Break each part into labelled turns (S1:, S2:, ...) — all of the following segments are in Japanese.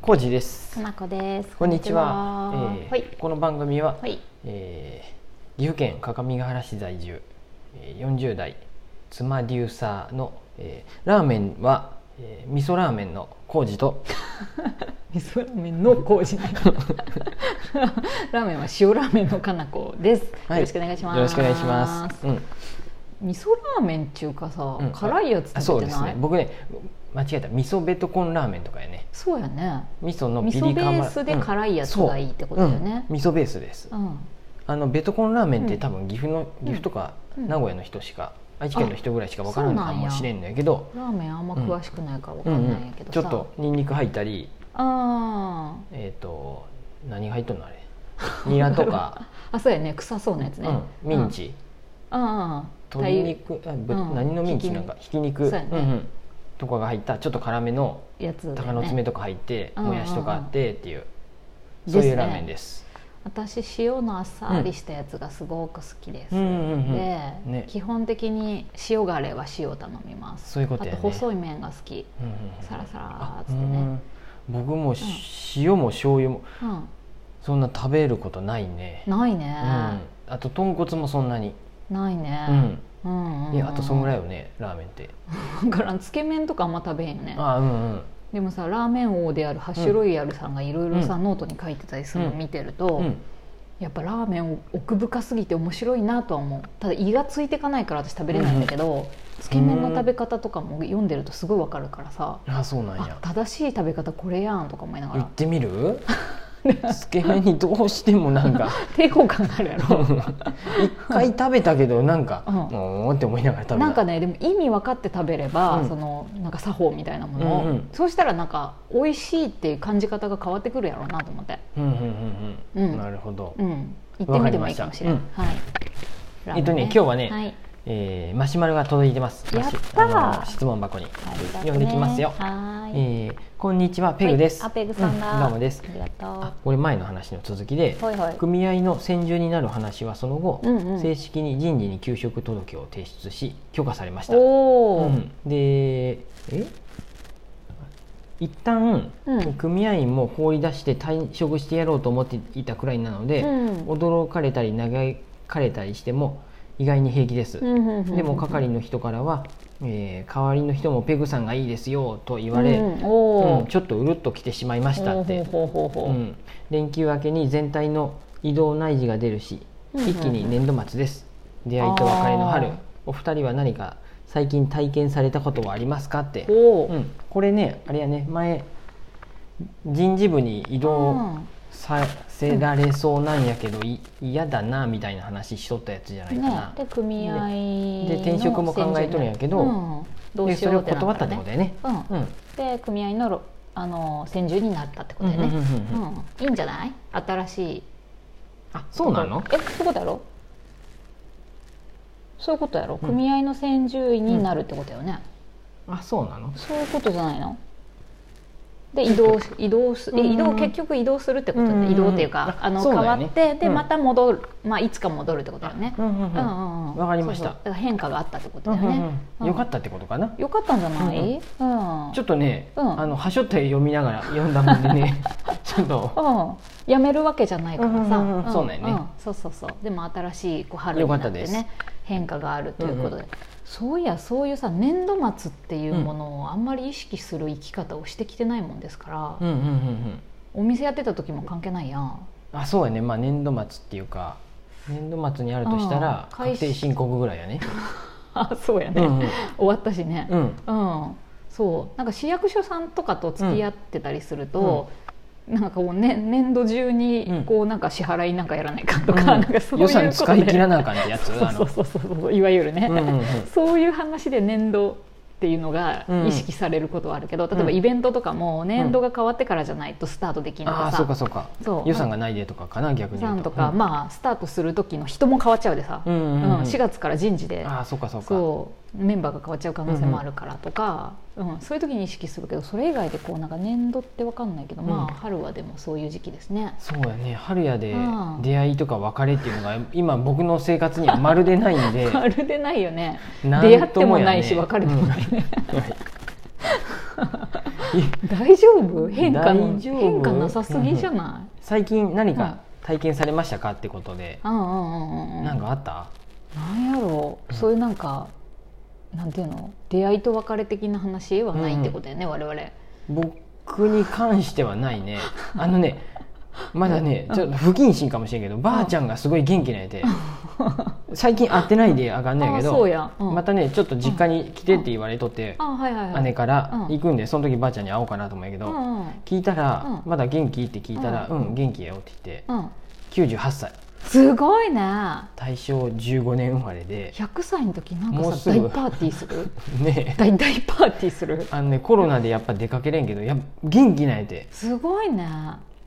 S1: コージです
S2: か。なこです。
S1: こんにちは。えー
S2: はい。
S1: この番組は、
S2: はい。
S1: えー岐阜県各務原市在住、えー、40代妻デューサーの、えーラーメンは、えー味噌ラーメンのコージと
S2: 味噌ラーメンの工事。ラーメンは塩 ラーメンのかなこです。
S1: は
S2: よろしくお願いします。
S1: よろしくお願いします。うん、
S2: 味噌ラーメンっていうかさ、
S1: うん
S2: 辛いやつ
S1: あ
S2: 食
S1: そう
S2: べ
S1: で
S2: て
S1: す
S2: な
S1: ね
S2: い。
S1: 僕ね間違えた味噌ベトコンラーメンとかやね
S2: そうやね。
S1: 味噌のピ
S2: 味
S1: リ
S2: 噌ベ
S1: 辛
S2: ースで辛いやつがいいってことだよね。
S1: 味噌ベースです
S2: うん。
S1: あのベトコンラーメンって
S2: うん
S1: 多分岐阜の岐阜とか
S2: うん
S1: 名古屋の人しか、愛知県の人ぐらいしか分からん
S2: そう
S1: か
S2: なんや
S1: もしれんのやけど
S2: ラーメンあんま詳しくないからわ
S1: う
S2: か
S1: んうんん
S2: ないんやけど
S1: ち
S2: さ。
S1: ょっとにんにく入ったり
S2: ああ。
S1: えっ、と何が入っとんのあれ ニラとか、
S2: あ、そうやね。臭そうなやつね。
S1: うん、ミンチ、
S2: ああ。
S1: 鶏肉あぶ
S2: うん
S1: 何のミンチなんかひき肉
S2: そうやね
S1: うんうん、とかが入ったちょっと辛めの
S2: やつだよね。
S1: 鷹の爪とか入って、
S2: うんうんうん
S1: もやしとかあってっていう、
S2: です
S1: そ
S2: ね
S1: ういうラーメンです
S2: 私塩のあっさりしたやつがすごく好きです、
S1: うんうんうんうん
S2: で、
S1: ね
S2: 基本的に塩があれば塩頼みます
S1: そういうことや
S2: あ
S1: ね
S2: と細い麺が好き
S1: うんうんうん
S2: サラサラー
S1: あ
S2: っつって
S1: う
S2: ね
S1: ん僕も塩も醤油も
S2: うん
S1: そんな食べることないね
S2: ないね、
S1: うん、あと豚骨もそんなに、
S2: ない
S1: うん
S2: ね、うんうん
S1: いやあとそんぐらい
S2: い
S1: よねラーメンって
S2: だからんつけ麺とかあんま食べへんよね
S1: あうんうん
S2: でもさラーメン王であるハッシュロイヤルさんがいろいろさ、
S1: うん
S2: ノートに書いてたりするの
S1: うん
S2: 見てると、
S1: うん
S2: やっぱラーメン奥深すぎて面白いなとは思うただ胃がついてかないから私食べれないんだけど、つけ麺の食べ方とかも読んでるとすごいわかるからさ、
S1: あそうなん
S2: あ
S1: や
S2: 正しい食べ方これやんとか思いなが
S1: 行っ
S2: ら
S1: てみ るつけ麺にどうしてもなんか
S2: 抵抗感があるやろ
S1: 一回食べたけどなんか
S2: うん
S1: もうって思いながら食べた
S2: なんかねでも意味分かって食べれば、
S1: うん
S2: そのなんか作法みたいなものを、
S1: うんうん
S2: そうしたらなんか美味しいっていう感じ方が変わってくるやろうなと思って、
S1: うんうんうんう
S2: うんん
S1: なるほど、
S2: うん、行ってみてもいいかもしれない、
S1: わか
S2: はいラーメン
S1: えっとね今日はね
S2: はい、
S1: えーマシュマロが届いてます
S2: やったー
S1: マシュあの質問箱に
S2: ありがとうね
S1: 読んできますよ、
S2: はーい、
S1: えーこんにちはペグです、
S2: はいあペグさんだ、
S1: うんどうもです
S2: ありが
S1: あ
S2: と
S1: これ前の話の続きで
S2: うはいはい
S1: 組合の専従になる話はその後、
S2: うんうん
S1: 正式に人事に給食届を提出し許可されました、
S2: おお、
S1: うんでえ一旦、
S2: うん
S1: 組合員も放り出して退職してやろうと思っていたくらいなので、
S2: うん
S1: 驚かれたり嘆かれたりしても意外に平気です、
S2: うんうんうん
S1: でも係の人からは、えー代わりの人もペグさんがいいですよと言われ、
S2: うんお
S1: うん
S2: ー
S1: ちょっとうるっと来てしまいましたって
S2: ほうほうほうほう、
S1: うん、連休明けに全体の移動内示が出るし、
S2: うんうん
S1: 一気に年度末です出会いと別れの春
S2: あー
S1: お二人は何か最近体験されたことはありますかって、
S2: お
S1: う
S2: ー
S1: ん、これねあれやね前人事部に移動
S2: ん
S1: させられそうなんやけどい嫌だなみたいな話しとったやつじゃないか
S2: ね
S1: な、、
S2: で組合の
S1: で転職も考えとるんやけど
S2: うんどう
S1: で
S2: し
S1: そ
S2: よ
S1: れ
S2: う
S1: を
S2: ってな
S1: 断ったって
S2: ね
S1: ことだよね。
S2: うん
S1: うん
S2: で組合のろあの専従になったってことだよ
S1: うんう
S2: ね、
S1: んう
S2: うん
S1: うん
S2: んいいんじゃない新しい
S1: あそうなの
S2: えそういうことやろそういうことやろ組合の専従員になるってことよね、
S1: あそうなの
S2: そういうことじゃないので移動し移動すえ
S1: うん
S2: 移動結局移動するってことだ
S1: うんうんう
S2: ね
S1: ん
S2: 移動っていうか
S1: あ
S2: あの
S1: そう
S2: 変
S1: だよ
S2: わ
S1: ね
S2: ってで
S1: うん
S2: また戻るまあいつか戻るってことだよね
S1: うんうんうん
S2: わ
S1: わかりました
S2: だから変化があったってこと
S1: うん
S2: だよ
S1: う
S2: ね、
S1: んうんよか
S2: た
S1: ったってことかな
S2: よかったんじゃない、うん
S1: ちょっとね、
S2: うん
S1: あの端折って読みながら読んだもんで ねちょっと
S2: うん、やめるわけじゃないからさ、
S1: うんうんうんそうだよね
S2: そうそうそうでも新しいこう春になって
S1: よかったです
S2: ね変化があるというこ
S1: う
S2: とで、
S1: んうん
S2: そういやそういうさ年度末っていうものをあんまり意識する生き方をしてきてないもんですから、
S1: うんうんうんうん
S2: お店やってた時も関係ないやん
S1: あそうやねまあ年度末っていうか年度末にあるとしたら
S2: うん
S1: 確定申告ぐらいやね
S2: あそうや
S1: う
S2: ね、
S1: んうん
S2: 終わったしね
S1: うん
S2: うん、そうなんか市役所さんとかと付き合ってたりすると、なんかこう、ね、年度中
S1: うん
S2: にこうなんか支払いなんかやらないかと
S1: う
S2: か,、
S1: ん
S2: なんかそういう
S1: 予算使い切ら
S2: ない
S1: なあかんってやつあ
S2: そう
S1: の
S2: そうそうそうそういわゆるね、
S1: うんうん うん
S2: そういう話で年度っていうのが
S1: うん
S2: 意識されることはあるけど、例え
S1: う
S2: ば
S1: ん
S2: イベントとかも年度が変わってからじゃないとスタートできんと
S1: あ
S2: か
S1: あ
S2: さ、
S1: そうかそうか
S2: そう
S1: 予算がないでとかかな逆に
S2: 予
S1: 言う
S2: 算とか、
S1: うん
S2: まあスタートする時の人も変わっちゃうでさ、
S1: うんうんうん
S2: 4月から人事で
S1: ああそうかそうか
S2: そうメンバーが変わっちゃう可能性もあるからとか、うんそういう時に意識するけどそれ以外でこうなんか年度ってわかんないけど、
S1: うん
S2: まあ春はでもそういう時期ですね。
S1: そうやね春やで
S2: うん
S1: 出会いとか別れっていうのが今僕の生活にはまるでないんで
S2: まるでないよね
S1: なんとやね
S2: 出会ってもないし別れてもないね、
S1: うんはい
S2: 大丈夫変化の
S1: 大丈夫
S2: 変化なさすぎじゃない、
S1: 最近何
S2: はい
S1: か体験されましたかってことで、
S2: うんうんうんうん
S1: なんかあった
S2: なんやろうそういうなんかなんていうの出会いと別れ的な話はないってことだよね、我々
S1: 僕に関してはない ねあのねまだねちょっと不謹慎かもしれんけどばあちゃんがすごい元気なんやて最近会ってないであかんねんけ
S2: あそう
S1: ど
S2: や、うん
S1: またねちょっと実家に来てって言われとって
S2: あはいはいはい
S1: 姉から
S2: うん
S1: 行くんでその時ばあちゃんに会おうかなと思うんやけ
S2: う
S1: ど
S2: んうん
S1: 聞いたら
S2: うん
S1: まだ元気って聞いたら
S2: う
S1: うん元気やよって
S2: うん
S1: 言って98歳
S2: すごいね
S1: 大正15年生まれ で
S2: 100歳の時なん
S1: も
S2: か
S1: う
S2: さ
S1: す
S2: 大
S1: ぐ
S2: パーティーする
S1: ね
S2: 大大パーティーする
S1: あのねコロナでやっぱ出かけれんけどやっぱ元気なんやて
S2: すごいね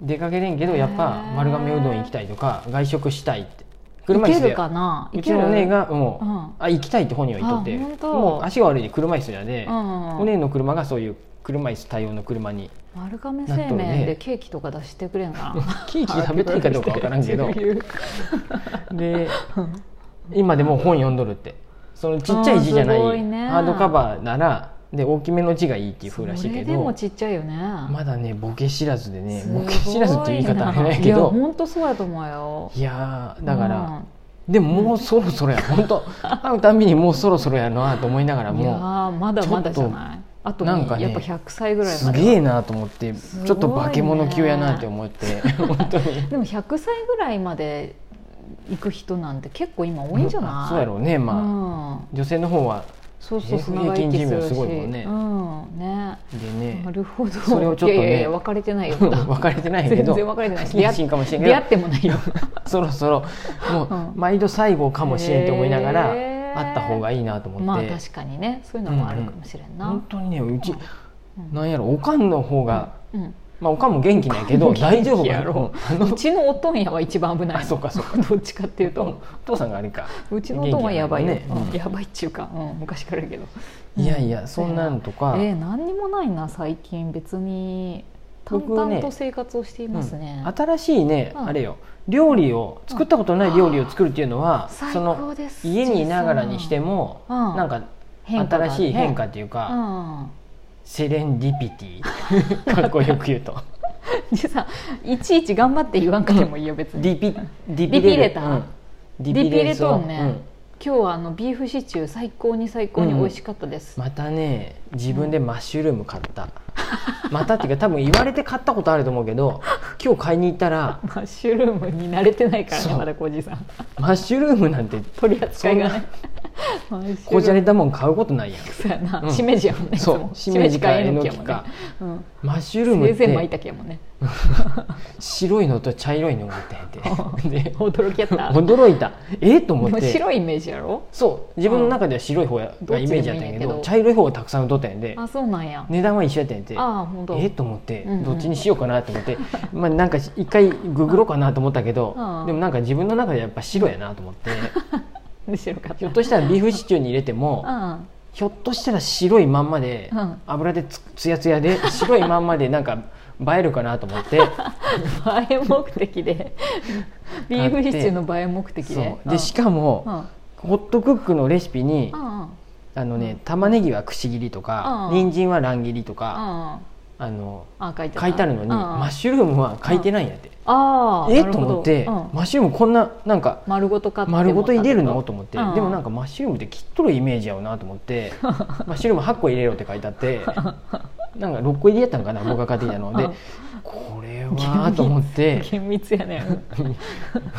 S1: 出かけれんけどやっぱ
S2: へー
S1: 丸亀うどん行きたいとか外食したいって
S2: い
S1: 車椅
S2: け
S1: 子で
S2: るかないうけ
S1: ち
S2: る
S1: の姉が
S2: う
S1: も
S2: んうん
S1: うあ行きたいって本人は言っとって
S2: あほんと
S1: もう足が悪いで車椅子やで、
S2: うん
S1: お姉の車がそういう車椅子対応の車 に
S2: 丸亀製
S1: 納豆
S2: 麺で
S1: で
S2: ケーキとか出してくれんかな
S1: ケーキ食べたいかどうかわからんけ ど
S2: そういう
S1: で今でも本読んどるってそのちっちゃい字じゃな
S2: あーすごい
S1: い
S2: ね
S1: ハードカバーならで大きめの字がいいっていう風らしい
S2: そ
S1: け
S2: れでも
S1: ど
S2: ちっちゃいよね
S1: まだねボケ知らずでね
S2: すごい
S1: ボ
S2: な
S1: ケ知らずっていう言い方はないけ
S2: いや
S1: ど
S2: 本当そうやと思うよ
S1: いやーだから、でももうそろそろや本 当会うたんびにもうそろそろやなと思いながら
S2: うんいや
S1: も
S2: ーまだまだじゃないあとね
S1: なんかね
S2: やっぱ100歳ぐ
S1: う
S2: らい
S1: す
S2: まで
S1: げ
S2: は
S1: えなと思って
S2: すごいね
S1: ちょっと化け物級やなって思って本当に
S2: でも100歳ぐらいまで行く人なんて結構今多いんじゃない、
S1: そうやろうねまあ
S2: あ、
S1: 女性の方は
S2: そうそうそう
S1: 平均寿命
S2: 長生き
S1: すごいもんね
S2: うんね
S1: でね
S2: なるほど
S1: それをちょっとね
S2: いやいやいや別れてないよ まだ
S1: 分かれてないけ
S2: 全
S1: ど
S2: 然別れてない
S1: 不謹 慎かもしれんけ
S2: 出会
S1: ど
S2: ってもないよ
S1: そろそろも
S2: うん
S1: う毎度最後かもしれんって思いながら
S2: へー
S1: 会った方がいいなと 思って、
S2: まあ確かにねそういうのもあるかもしれんな、
S1: 本当にねうち
S2: うん
S1: なんやろおかんの方が、
S2: うん
S1: まあおかんも元気なんやけど
S2: おかんも
S1: 大
S2: 元気
S1: 丈夫
S2: や
S1: か
S2: ろ
S1: ろ
S2: うちのおとんやは一番危ない
S1: あそうかそう
S2: どっちかっていう
S1: お
S2: と
S1: 父さんがあれか
S2: うちのおとんはやばいよ
S1: 元気やもんね
S2: うんやばいっちゅうか、うん、昔からやけど
S1: いやいやそんなんとか、
S2: えー、何にもないな最近別に淡
S1: 僕ね
S2: 々と生活をしていますね
S1: うん新しいね、
S2: うん
S1: あれよ料理を作ったことない料理を作るっていうのは、
S2: 最
S1: そ
S2: 高
S1: の
S2: です
S1: 家にいながらにしても、
S2: うん
S1: なんか
S2: 変化がね
S1: 新しい変化っていうか、
S2: うん
S1: セレンディピティかっこよく言うと
S2: でさいちいち頑張って言わんかでもいいよ別に
S1: ディピディ
S2: ピレタ
S1: うんデ
S2: リピレ
S1: スを
S2: トンね、今日はあのビーフシチュー最高に最高に美味しかったです、
S1: うんまたね自分でマッシュルーム買った、 またっていうか多分言われて買ったことあると思うけど今日買いに行ったら
S2: マッシュルームに慣れてないから
S1: そ
S2: ね
S1: う
S2: まだこじさん
S1: マッシュルームなんて
S2: 取り扱いが
S1: そ
S2: ね
S1: んな
S2: マ ッシュ
S1: こじゃ
S2: ルー
S1: れ
S2: ム
S1: たもん買うことないやん
S2: そうやな、
S1: うん
S2: しめじやもんねいつも
S1: そうしめじかえのき
S2: しめじ
S1: か
S2: えのきやもんね
S1: マッシュル
S2: う
S1: ー
S2: ん
S1: ム
S2: 生
S1: っ
S2: 前まい
S1: て
S2: たけやもんね
S1: 白いのと茶色いのがあったん やてで
S2: 驚きやった
S1: 驚いたえっと思
S2: で
S1: っ
S2: も
S1: て
S2: 白いイメージやろ
S1: そう自分の中では白い方や
S2: うん
S1: がイメージやったんやけ
S2: どっ
S1: ど
S2: ち
S1: 茶色い方がたくさん取ったんやで
S2: あそうなんや
S1: 値段は一緒やったんやて
S2: ああ本当。
S1: えっと思って
S2: うんうん
S1: どっちにしようかなと思って、まあなんか一回ググろうかなと思ったけ ど
S2: うん
S1: でもなんか自分の中でやっぱ白やなと思 って
S2: 面白かった
S1: ひょっとしたらビーフシチューに入れてもひょっとしたら白いまんまで
S2: うん
S1: 油でつつやつやで白いまんまでなんか映えるかなと思って
S2: うん、映え目的でビーフシチューの映え目的で
S1: そうでしかもホットクックのレシピに
S2: うんうんうん
S1: あのね玉ねぎはくし切りとか
S2: うん
S1: 人参は乱切りとか
S2: あ
S1: あの
S2: 書いて
S1: 書いてあるのに
S2: うん
S1: マッシュルームは書いてないんやって
S2: あー
S1: え
S2: な
S1: っ
S2: る
S1: と
S2: ほど
S1: 思って
S2: うん
S1: マッシュルームこんななんか
S2: 丸ごと買って
S1: 丸ごと入れる
S2: 持
S1: の
S2: った
S1: と思って、
S2: うん
S1: でもなんかマッシュルームって切っとるイメージやろうなと思って マッシュルーム8個入れろって書いてあってなんか6個入りやったんかな僕が買ってきたので、
S2: うん
S1: これはと思って
S2: と厳密 やね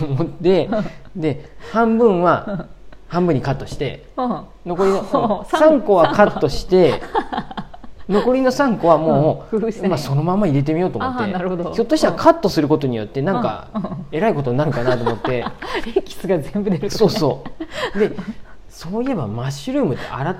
S1: 思ってで半分は半分にカットして
S2: うん
S1: 残り の
S2: 三
S1: 3個はカット して残りの3個はもう、
S2: うん工夫してね
S1: まあ、そのまま入れてみようと思っ
S2: あー
S1: て
S2: なるほど
S1: ひょっとしたらカットすることによってなん
S2: うんう
S1: かえらいことになるかなと思 って。
S2: エキスが全部出るとかね
S1: そうそうでそういえばマッシュルームって洗っっ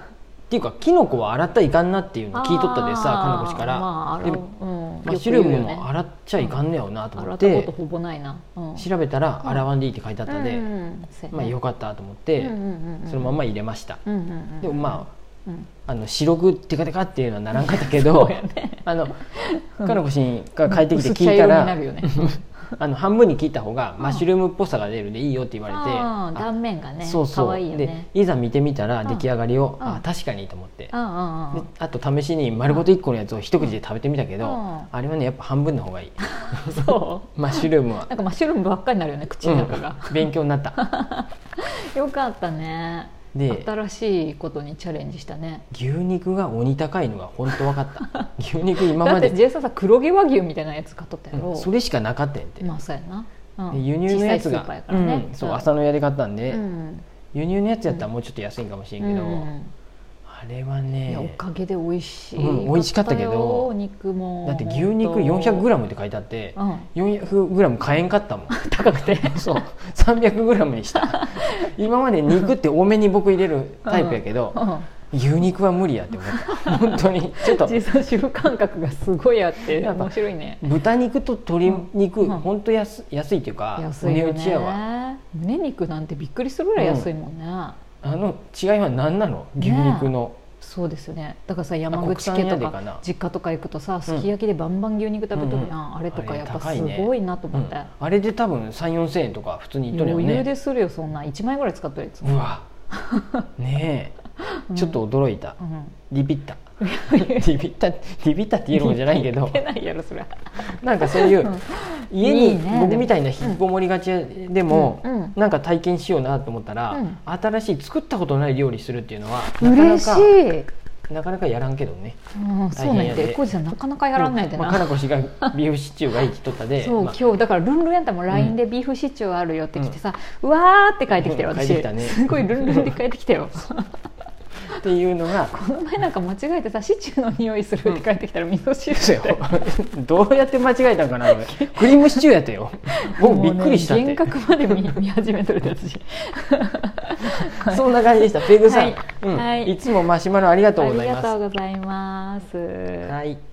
S1: ていうかキノコは洗ったらいかんなっていうの聞いとったでさ
S2: あ
S1: か
S2: ー
S1: なこ氏から、
S2: まあ洗
S1: で
S2: う
S1: マ
S2: うん
S1: ッシュルーム
S2: よく言うよ
S1: も
S2: ね
S1: 洗っちゃいかんねやろなと
S2: 洗
S1: 思っ
S2: ったこ
S1: て
S2: と、ほぼないなうん
S1: 調べたら洗わんでいいって書いてあったんで、
S2: うんうんそうやね
S1: まあよかったと思って、
S2: うんうんうん
S1: そのまま入れました、
S2: うんうんうん
S1: でもま
S2: うん
S1: ああの白くテカテカっていうのはならんかったけど、
S2: そうやね
S1: あのかなこ氏が帰ってきて聞いた
S2: 薄茶色にな
S1: ら
S2: るよね
S1: あの半分に切った方がマッシュルームっぽさが出るんでいいよって言われて、
S2: あー
S1: あ
S2: 断面がね
S1: そうそう
S2: 可愛いよね
S1: でいざ見てみたら出来上がりを、
S2: うんう
S1: あ
S2: ん
S1: 確かにと思って、
S2: うんうんう
S1: で
S2: ん
S1: あと試しに丸ごと1個のやつを一口で食べてみたけど、
S2: うん
S1: あれはねやっぱ半分の方がいい
S2: そ
S1: マッシュルームは
S2: うなんかマッシュルームばっかりになるよね口の中が、
S1: うん、勉強になった
S2: よかったね
S1: で
S2: 新しいことにチャレンジしたね
S1: 牛肉が鬼高いのが本当分かった牛肉今
S2: だ
S1: ま
S2: っ
S1: で
S2: てジェイさんさ黒毛和牛みたいなやつ買っとったやろ、
S1: うんそれしかなかったんやって、
S2: まあそうやな、う
S1: で
S2: ん、
S1: 輸入のやつ
S2: 小さいスーパーや
S1: が、
S2: からね、
S1: うん、そう朝のやで買ったんで、
S2: うん
S1: 輸入のやつやったらもうちょっと安いんかもしれんけど、
S2: うん
S1: あれはい
S2: やお
S1: ね
S2: かげで美味しい、
S1: うん美味しかったけど
S2: よお肉も
S1: だって牛肉 400g って書いてあって
S2: うん
S1: 400g 買えんかった もん
S2: 高くて
S1: そう 300g にした 今まで肉って多めに僕入れるタイプやけど、牛肉は無理やって思った本当にちょっ と
S2: 実際主婦感覚がすごいあって
S1: やっぱ
S2: 面白いね
S1: 豚肉と鶏肉、
S2: うんうん
S1: 本当安安いっていうか
S2: 安いよ
S1: お値打ちやわ
S2: ね胸肉なんてびっくりするぐらい安いもんね、
S1: あの違いは何なの牛肉の、
S2: そうですよねだからさ山口
S1: 国産
S2: 家
S1: や
S2: と
S1: で
S2: か
S1: かな
S2: 実家とか行くとさすき焼きでバンバン牛肉食べとるやん、
S1: うんうん
S2: あれとかやっ
S1: あ
S2: ぱ
S1: れ
S2: す
S1: 高いね
S2: ごいなと思っ
S1: う
S2: て
S1: ん、あれで多分34000円とか普通にいっとるよ
S2: 余裕
S1: ね
S2: でするよそんな1枚ぐらい使ってるやつ、
S1: うわねえちょっと驚いた
S2: うん、
S1: リビッタリビッタリビッタって言えるもんじゃないけど
S2: 出ないやろそれ
S1: なんかそういう家
S2: いい
S1: に
S2: ね
S1: 僕みたいな引きこもりがちでも
S2: うんうん
S1: なんか体験しようなと思ったら
S2: うん
S1: 新しい作ったことない料理するっていうのはなかな
S2: 嬉し
S1: か
S2: い、
S1: なかなかやらんけどね
S2: うん、そうなんやでこうじゃなかなかやらないで
S1: ま
S2: な、
S1: あ、かなこ氏がビーフシチューがいいって言っとったで
S2: そう、
S1: まあ
S2: 今日だからルンルンやったもん
S1: うん
S2: LINE でビーフシチューあるよって来てさ、うわーって帰ってきてる
S1: うん
S2: 私、
S1: 帰ってきたね
S2: すごいルンルンで帰ってきたよ
S1: っていうのが
S2: この前なんか間違えてさシチューの匂いするって帰ってきたら味噌汁って、
S1: どうやって間違えたんかな俺クリームシチューやったよ僕びっくりしたって、
S2: もうね幻覚まで見見始めてるって私
S1: そんな感じでしたペグさん、
S2: はい
S1: うん
S2: はい
S1: いつもマシュマロありがとう
S2: あ
S1: ござい
S2: り
S1: ます
S2: がとうございます、
S1: はい